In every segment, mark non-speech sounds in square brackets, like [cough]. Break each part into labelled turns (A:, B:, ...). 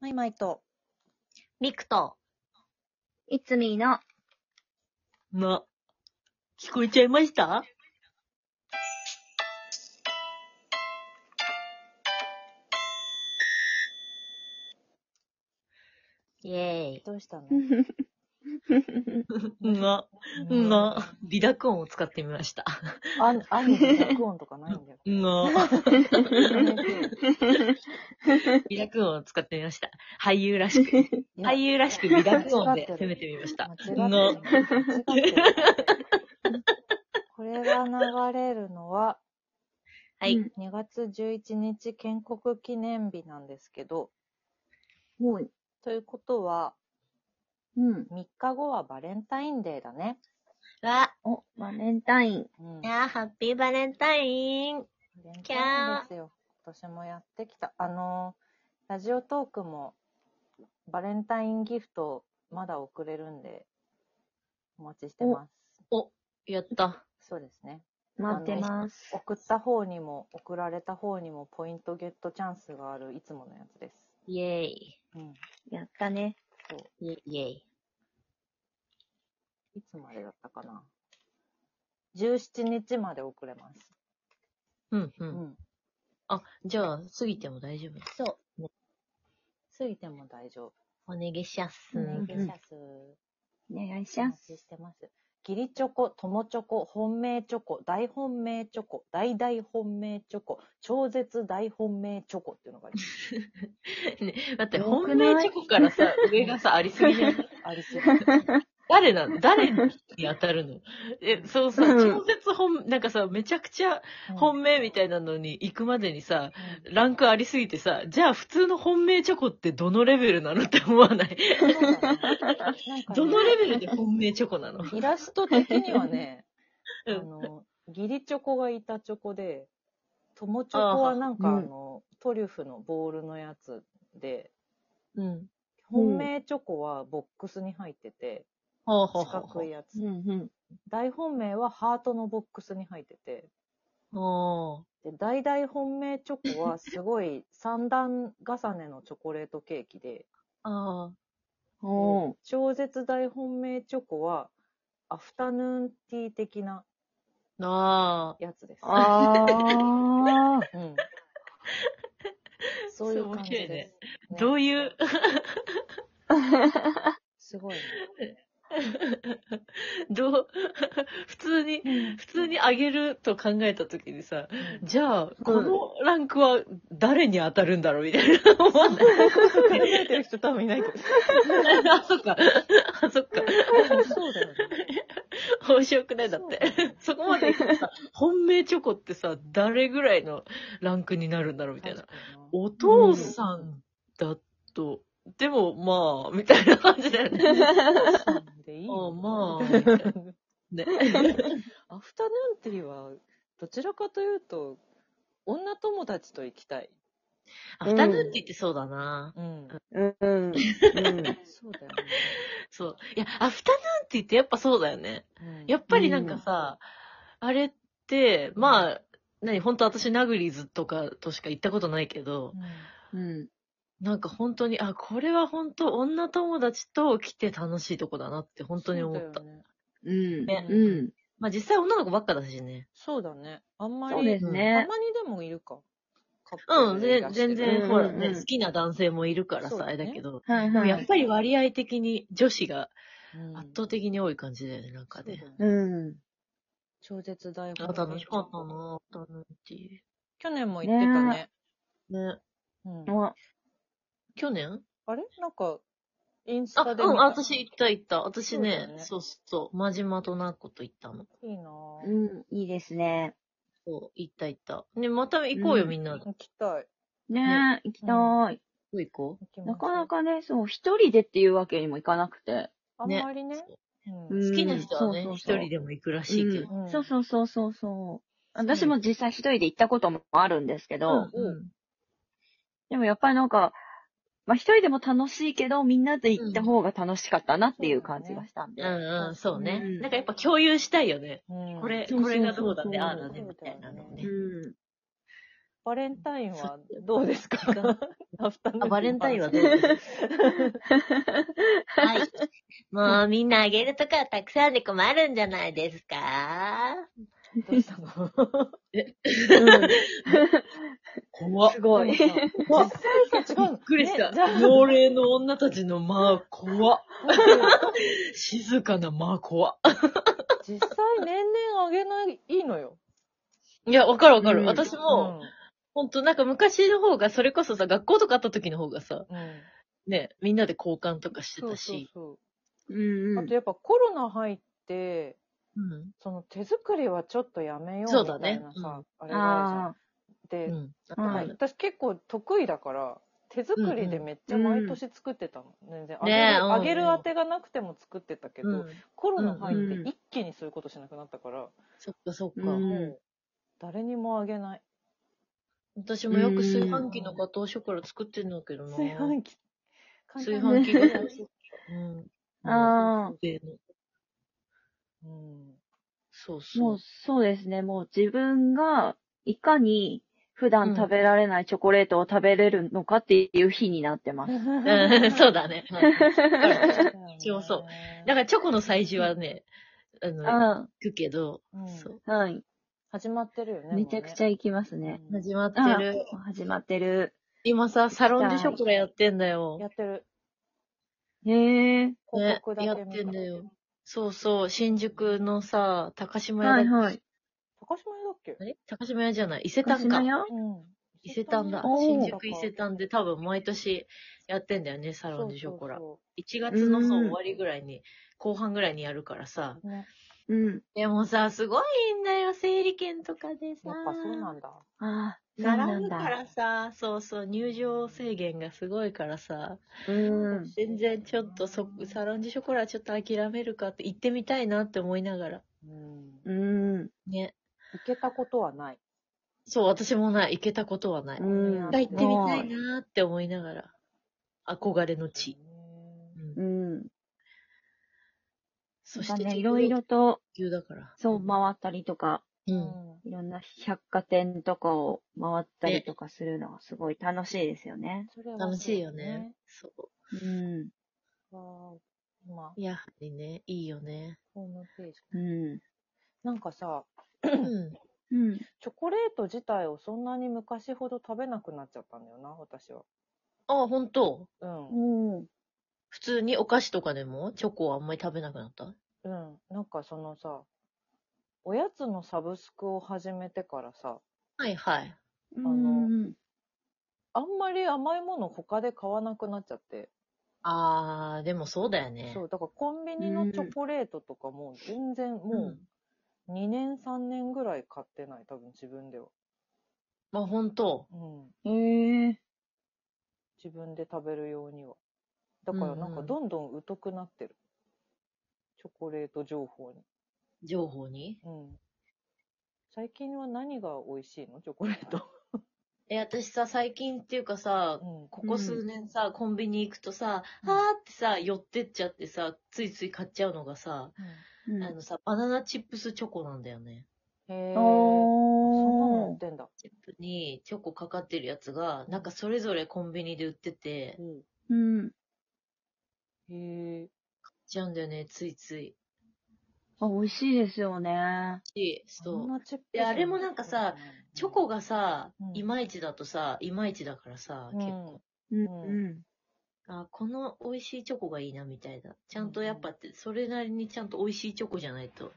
A: マイマイと、
B: ミクと、
C: いつみーの。
B: な、聞こえちゃいましたイェーイ。
A: どうしたの
B: が、が、リダク音を使ってみました。
A: あん、あんの爆音とかないんだ [laughs] よ。
B: が、リダク音を使ってみました。俳優らし [laughs] く、俳優らしくリダク音で攻めてみました。
A: 間
B: が
A: 違っ、てる間 [laughs] 違ってるこれが流れるのは、
B: はい
C: うん。
A: 2月11日建国記念日なんですけど、
C: もう、
A: ということは、
C: うん。
A: 3日後はバレンタインデーだね。
B: わ、
C: お、バレンタイン。
A: うん。バ
B: やー、ハッピーバレンタイン。
A: レンタインですよ。今年もやってきた。あのー、ラジオトークも、バレンタインギフト、まだ送れるんで、お待ちしてます。
B: やった。
A: そうですね。
C: 待ってます。
A: 送った方にも送られた方にもポイントゲットチャンスがあるいつものやつです。
B: イェーイ。
A: うん。
C: やったね。
A: そう。
B: イェイェイ。
A: いつまでだったかな。17日まで送れます。
B: うん、う。
A: うんん。
B: あ、じゃあ、過ぎても大丈夫。そう。
A: 過ぎても大丈夫。
B: お願いします。
C: う
A: ネ
C: ん
A: ギシャス。
C: お願いし
A: お
C: ま
A: 待
C: す。
A: ちしてます。ギリチョコ、友チョコ、本命チョコ、大本命チョコ、大大本命チョコ、超絶大本命チョコっていうのがあります
B: ね、だって、
C: よく
B: 本
C: ない
B: 命チョコからさ、上がさ、ありすぎ [laughs] ない
A: ありすぎ
B: 誰なの誰に当たるのえ、そうさ、
C: うん
B: 超絶本、なんかさ、めちゃくちゃ
A: うん
B: 本命みたいなのに行くまでにさ、ランクありすぎてさ、じゃあ普通の本命チョコってどのレベルなのって思わ [laughs] ない。
A: そうだねなんかね
B: どのレベルで本命チョコなの
A: イラスト的にはね、
B: [laughs] う
A: あ
B: ん
A: の、ギリチョコが板チョコで、友チョコはなんか
C: あ
A: あ
C: ーうん
A: の、トリュフのボールのやつで、
B: うん。
C: うん
A: 本命チョコはボックスに入ってて、
B: ほうほう
A: 四
B: ほうほ
A: 角いやつ。
C: ん
A: 大本命はハートのボックスに入ってて、
B: う。おー
A: で、大大本命チョコ [laughs] はすごい三段重ねのチョコレートケーキで、
B: あ
C: うん。おー。
A: 超絶大本命チョコはアフタヌーンティー的な
B: ーあ
A: やつです。
C: あー。
A: [laughs] うん。そういう感じです。
B: そう面白いね
A: ね
B: ー。どういう、
A: すごいね。
B: [laughs] どう、 [laughs] 普通に、普通にあげると考えたときにさ、
A: うん
B: じゃあ、このランクは誰に当たるんだろうみたいな思わない。
A: 考えてる人多分いないけど。
B: あ、そっか。 [laughs] あ、そっか。
A: そうだよね。
B: 面白くないだって。そこまで行くと
A: [laughs]
B: さ、本命チョコってさ、誰ぐらいのランクになるんだろうみたいな
A: 確。かにな
B: お父さんだと、でもまあ、みたいな感じだよね。
A: [laughs] うんでいい
B: あ
A: の
B: まあ、みたいなね。
A: [laughs] アフタヌーンティーは、どちらかというと、女友達と行きたい。
B: アフタヌーンティーって言ってそうだな。
A: うん。
C: [laughs] うん。
A: [laughs] そうだよね。
B: そう。いや、アフタヌーンティーってやっぱそうだよね。
A: うん
B: やっぱりなんかさ、あれって、まあ、何、本当私ナグリーズとかとしか行ったことないけど、
C: うん。
B: なんか本当に、あ、これは本当女友達と来て楽しいとこだなって本当に思った。
A: そうだよね
C: うん。
B: ね
C: うん。
B: まあ実際女の子ばっかだしね。
A: そうだね。あんまり、
C: そうです
A: た
C: ね。
A: まにでもいるか。カッ
B: うん、
A: プルでい
B: ぜ
A: らしてる
B: 全
C: う
B: 然、
C: ん
B: ほらね、
C: うん
B: 好きな男性もいるから
A: そう
B: さ、
A: だね
B: あれだけど。
C: はい
B: でも
C: は
B: やっ
C: い。
B: ぱり割合的に女子が
A: うん
B: 圧倒的に多い感じだよね、なんか
A: そうだ
B: ね
A: よ。ね
C: うん。
A: 超絶大
B: あ、楽しかったなぁ、楽しい。
A: 去年も行ってたね。
B: ね。
A: うん、
C: あ、
B: 去年
A: あれなんか、インス
B: あ、
A: タで
B: うん、私行った行った。私
A: そうだ
B: ね
A: よ、ね
B: そうそう、真島となっこと行ったの。
A: いいな
C: う
A: ぁ。
C: ん。いいですね。
B: そう、行った行った。ね、また行こうよ、
C: うん
B: みんなで。
A: 行きたい。
C: ねえ、行きたい。
B: どう行こ
A: 行きましょう
C: なかな。かね、そう、一人でっていうわけにもいかなくて。
A: あんまりね。う
C: うんん
B: う。好きな人はね、
C: そう
B: 一
C: そうそう
B: 人でも行くらしいけど。
A: うん
C: そうそうそうそうそう。私も実際一人で行ったこともあるんですけど、
B: うんうん
C: でもやっぱりなんか、まあ一人でも楽しいけど、みんなと行った方が楽しかったなっていう感じがしたんで。
B: うんうん、そうね、
C: うん
B: なんかやっぱ共有したいよね。
A: うん
B: これ、
C: そう
B: これがどうだ
C: そうそう
B: ね、ああだ
A: そ
B: ね、
A: う
B: みたいなのをね。
C: う
A: バレンタインはどうですか [laughs] アフタヌーンティー
D: あバレンタインはどう
A: [laughs] 話
D: ですかはい。もうみんなあげるとこはたくさんで困るんじゃないですか
A: どうしたの [laughs]
C: [laughs]
B: 怖っ
C: す。ごい。
B: 怖っ。
A: 実際と違うの
B: びっくりした
A: ねじゃあ。
B: 老齢の女たちのまあ怖っ。静かなまあ怖っ。
A: 実際年々上げない、いいのよ。
B: いや、わかるわかる。
C: うん
B: 私も、ほんとなんか昔の方が、それこそさ、学校とかあった時の方がさ、
A: うん、うん。
B: ね、みんなで交換とかしてたし。
A: そうそう
C: うん
A: そうう。
C: ん
A: あと。やっぱコロナ入って、
B: うん
A: その手作りはちょっとやめよう
B: そう
A: み
B: だ
A: た
B: ね
A: いなさ、あれがあるじゃん。で、
C: あ
B: うん。
C: うん
A: まあ
C: はい
A: 私結構得意だから、手作りでめっちゃ毎年作ってたの。全然あげる、
B: ねえうん
A: あげる当てがなくても作ってたけど、
B: うん
A: コロナ入
C: う
A: っ
C: ん
A: て一気にそういうことしなくなったから、
B: そっかそっか。
C: うん
A: もう誰にもあげない。
B: 私もよく炊飯器のガトーショコラ作ってんだけどな。
A: 炊飯器。
B: 炊
A: 簡単に
B: 飯器ガトーショコラ。うん。
C: あー。
B: での
A: うん。
B: そう
C: あ。も
B: そう
C: う。そうですね。もう自分がいかに普段食べられないチョコレートを食べれるのかっていう日になってます。
B: うん [laughs] [laughs] そうだね。
A: だよね
B: 一応そう。だからチョコの催事はね、あの、行
C: あ
B: くけど、
A: うん
B: そう。
C: あ、はい。
A: 始まってるよね。
C: めちゃくち
A: ゃ
C: ゃ行きますね。
B: 始まって
C: あ
B: る。
C: 始まってる。
B: 今さ、サロンでショコラやってんだよ。
A: やってる。
C: へえ。
A: 広告だ
B: ね、やっ
A: け見た
B: てんだよ。。そうそう、新宿のさ、高島屋だ
C: はいはい。
A: 高島屋だっけ
B: あれ高島屋じゃない伊勢
C: 高
B: 丹
C: 島
B: か。
C: 屋
A: うん。
B: 伊勢丹だ。
C: おー
B: 新宿伊勢丹で多分毎年やってんだよね、サロンでショコラ。1月のそう
C: うん
B: 終わりぐらいに、後半ぐらいにやるからさ。
A: ね、やっ
C: うん。
B: でもさ、すごいんだよ、整理券とかでさ。
A: ぱそうなんだ。
C: ああ、そうな
B: 並ぶ
C: ん
B: か
C: だ。
B: らさ、そうそう、入場制限がすごいからさ、
C: うん。
B: 全然ちょっとそ、サロンでショコラちょっと諦めるかって行ってみたいなって思いながら。
A: うん。行
C: うん。
B: ね。
A: けたことはない。
B: そう、私もない。行けたことはない。
C: う
B: 一
C: ん。
B: 回行ってみたいなーって思いながら。憧れの地。うん
C: うん。
B: そ
C: なん
B: し
C: か
B: て、
C: ね、いろいろと、
B: 急だから。
C: そう、回ったりとか、
B: う。
A: うんん。
C: いろんな百貨店とかを回ったりとかするのがすごい楽しいですよね。
A: それは
B: 楽しいよね。そう。
C: うん。
A: そうね。わあ今、
B: やはりね、いいよね。
A: ホームページ。
C: う
A: なんかさ、
B: うん。
C: ん。うん。
A: チョコレート自体をそんなに昔ほど食べなくなっちゃったんだよな、私は。
B: あ、本当
A: うん。
C: おー
B: 普通にお菓子とかでもチョコはあんまり食べなくなった
A: うん。なんかそのさ、おやつのサブスクを始めてからさ、
B: はいはい。
C: うん。
A: あんまり甘いもの他で買わなくなっちゃって。
B: あー、でもそうだよね。
A: そう、だからコンビニのチョコレートとかも全然もう2年3年ぐらい買ってない、多分自分では。
B: まあ本当
A: うん。
C: へえ。
A: 自分で食べるようには。だからなん
B: うんう
A: か
B: ん
A: どんどん疎くなってる。チョコレート情報に。
B: 情報に。
A: うん。最近は何が美味しいのチョコレート。
B: え、私さ、最近っていうかさ、
A: うん。
B: ここ数年さ、コンビニ行くとさ、
A: うん
B: はーってさ、寄ってっちゃってさ、ついつい買っちゃうのがさ、
C: うん
B: あのさ、バナナチップスチョコなんだよね。
A: へぇー。そんなのや
C: お
A: っ
C: ー。
A: てんだ。
B: チップにチョコかかってるやつが、なんかそれぞれコンビニで売ってて、買っ
C: うん。
A: へぇ
B: ちゃうんだよね、ついつい。
C: あ、美味しいですよね。
B: し
A: ー。そん
B: そう。
A: なチップ
B: いやあれもなんかさ、チョコがさ
A: う、ん
B: いまいちだとさ、いまいちだからさ、
A: うん
B: 結構。
C: うん。
A: う
B: あ、この美味しいチョコがいいな、みたいな。ちゃんとやっぱって、それなりにちゃんと美味しいチョコじゃないと、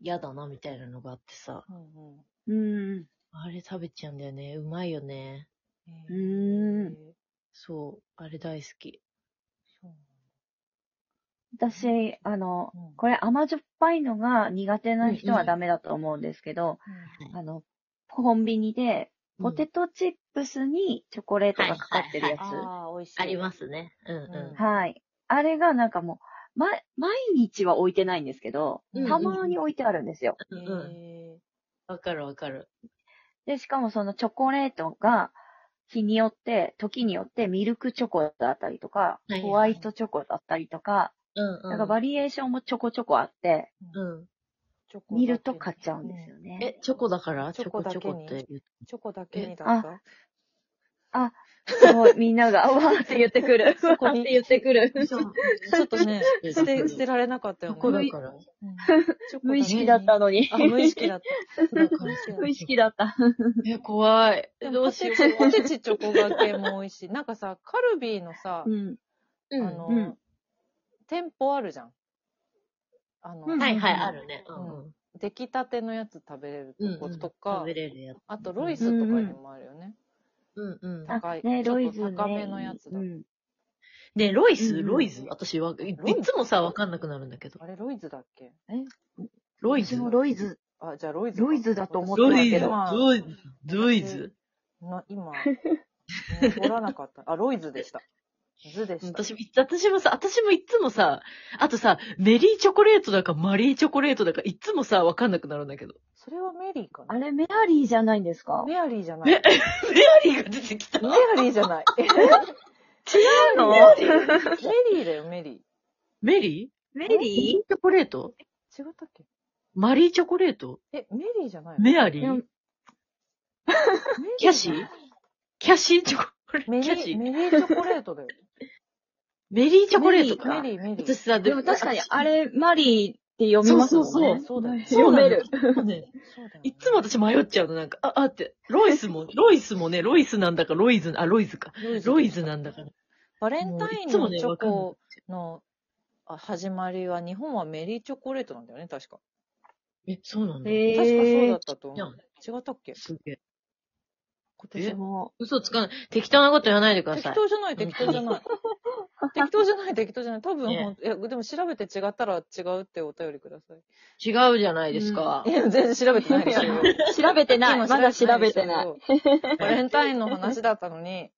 B: 嫌だな、みたいなのがあってさ。
A: うんうん。
C: うん。
B: あれ食べちゃうんだよね。うまいよね。
A: へ
C: う
A: ー
C: ん。
B: そう。あれ大好き。
A: そう
C: 私、
A: な
C: あの、
A: んだうん
C: これ甘じょっぱいのが苦手な人はダメだと思うんですけど、
B: うん
C: あの、コンビニで、ポテトチップスにチョコレートがかかってるやつ。
B: はいはい
C: は
A: ああ、美味しい。
B: ありますね。うん
C: い。
A: は
C: あれがなんかもう、ま、毎日は置いてないんですけど
B: うん、
C: たまに置いてあるんですよ。
B: うん。うんうん。
A: へ
B: わかるわかる。
C: で、しかもそのチョコレートが、日によって、時によってミルクチョコだったりとか
B: いはい、
C: ホワイトチョコだったりとか、
B: うんうん。
C: なんかバリエーションもちょこちょこあって、
B: うん。
A: チョコだけに
C: 見ると買っちゃうんですよね。
B: え、チョコだから
A: チ
B: チ
A: ョ
B: ョ
A: コ
B: コ
A: だ
B: チ
A: け
B: ョ
A: に
B: コって言う。
A: チョコだけにだ
C: あ
A: った。
C: すごい、みんなが、うわーって言ってくる。
A: そこに
C: うわーって言ってくる。
B: ち
A: ちょっとね、捨て、捨てられなかったよ
B: チョ
A: ね。
B: コだから。
A: うんチョコけに
C: 無意識だったのに
A: あ、。無意識だった。
B: だから
C: 無 [laughs] 意識だった。
B: [laughs] え、怖い。
A: で
B: え
A: も
B: どうしよ
A: ポテチポ
B: う。
A: テチチョコがけも美味しい。なんかさ、カルビーのさ、
C: うん。
B: [laughs] うん
A: あの、
C: うん
A: 店舗あるじゃん。あの、
C: うん
B: はいはい、あるね。うんうん。
A: 出来たてのやつ食べれる
B: う
A: と
B: んう
A: こ
B: ん
A: とか、
B: 食べれるやつ。
A: あとロイスとかにもあるよね。
B: うんうん。
C: あ
A: 高い。
C: ね、ロイズ
A: ちょっ
C: ね。
A: と高めのやつだ。
C: うん。
B: ねロイ
C: うんう
B: ス
C: ん
B: ロイズ私は、いい
A: ロイズ
B: つもさ、わかんなくなるんだけど。
A: あれ、ロイズだっけ
B: ロイ
C: 私
B: ズ
C: もロイズ。
A: あ、じゃあロイズか。
C: ロイズだと思って
B: ロ
C: た
B: イ
C: け
B: ズ
C: ど
A: 今
B: ロイズロイズ
A: な今、おらなかった。あ、ロイズでした。ズでした。
B: 私も、私もさ、私もいつもさ、あとさ、メリーチョコレートだかマリーチョコレートだかいつもさ、わかんなくなるんだけど。
A: それはメリーか
C: あ
A: な
C: れ、メアリーじゃないんですか
A: メアリーじゃない。メ
B: メアリーが出てきた。
A: アリーじゃない。えメ
C: 違うの
A: リーだよ、メリ
B: メリ
D: メ
B: ーメリーチョコレート
A: ー。違ったっけ
B: マリーチョコレート
A: え、メリーじゃないの
B: メアリ
C: う
B: ー
C: ん
A: メリ
B: キャシーキャシーチョコレー
A: メ
B: ト
A: リ
B: キャシ
A: ー、
B: ー
A: メリーチョコレートだよ。
B: メリーチョコレート
A: メ
B: か。
A: リー、メリー
B: 私。さ、
C: でも確かに、あ
B: れ、
C: れ、マリーって読みますもんね。
B: そ
A: そ
B: うそうそう
A: うだよね
C: 読める。
B: そうね
A: そうだよね
B: いつも私迷っちゃうの、なんか、あ、あって、ロイスも、ロイスもね、ロイスなんだか、ロイズ、あ、ロイズか。ロイズなんだから。
A: バレンタイン
B: も
A: の
B: うい
A: チ
B: つもね
A: ョコのあ始まりは、日本はメリーチョコレートなんだよね、確か。
B: え、そうなん
A: 確かそ
B: だ。
A: うだ
C: へ
A: っ
C: ー。
A: たと思う。違ったっけ
B: すげえ。
A: 今年も。
C: も
B: 嘘つかない。適当なこと言わないでくだ
A: 適
B: さい。
A: 当じゃない、適当じゃない。適当じゃない、適当じゃない。多分、
B: ね
A: ほんといや、でも調べて違ったら違うってお便りください。
B: 違うじゃないですか。
A: いや、 [laughs] 全然調べてないですよ。
C: う [laughs] 調べてない。まだ調べてない。
A: い。バレンタインの話だったのに、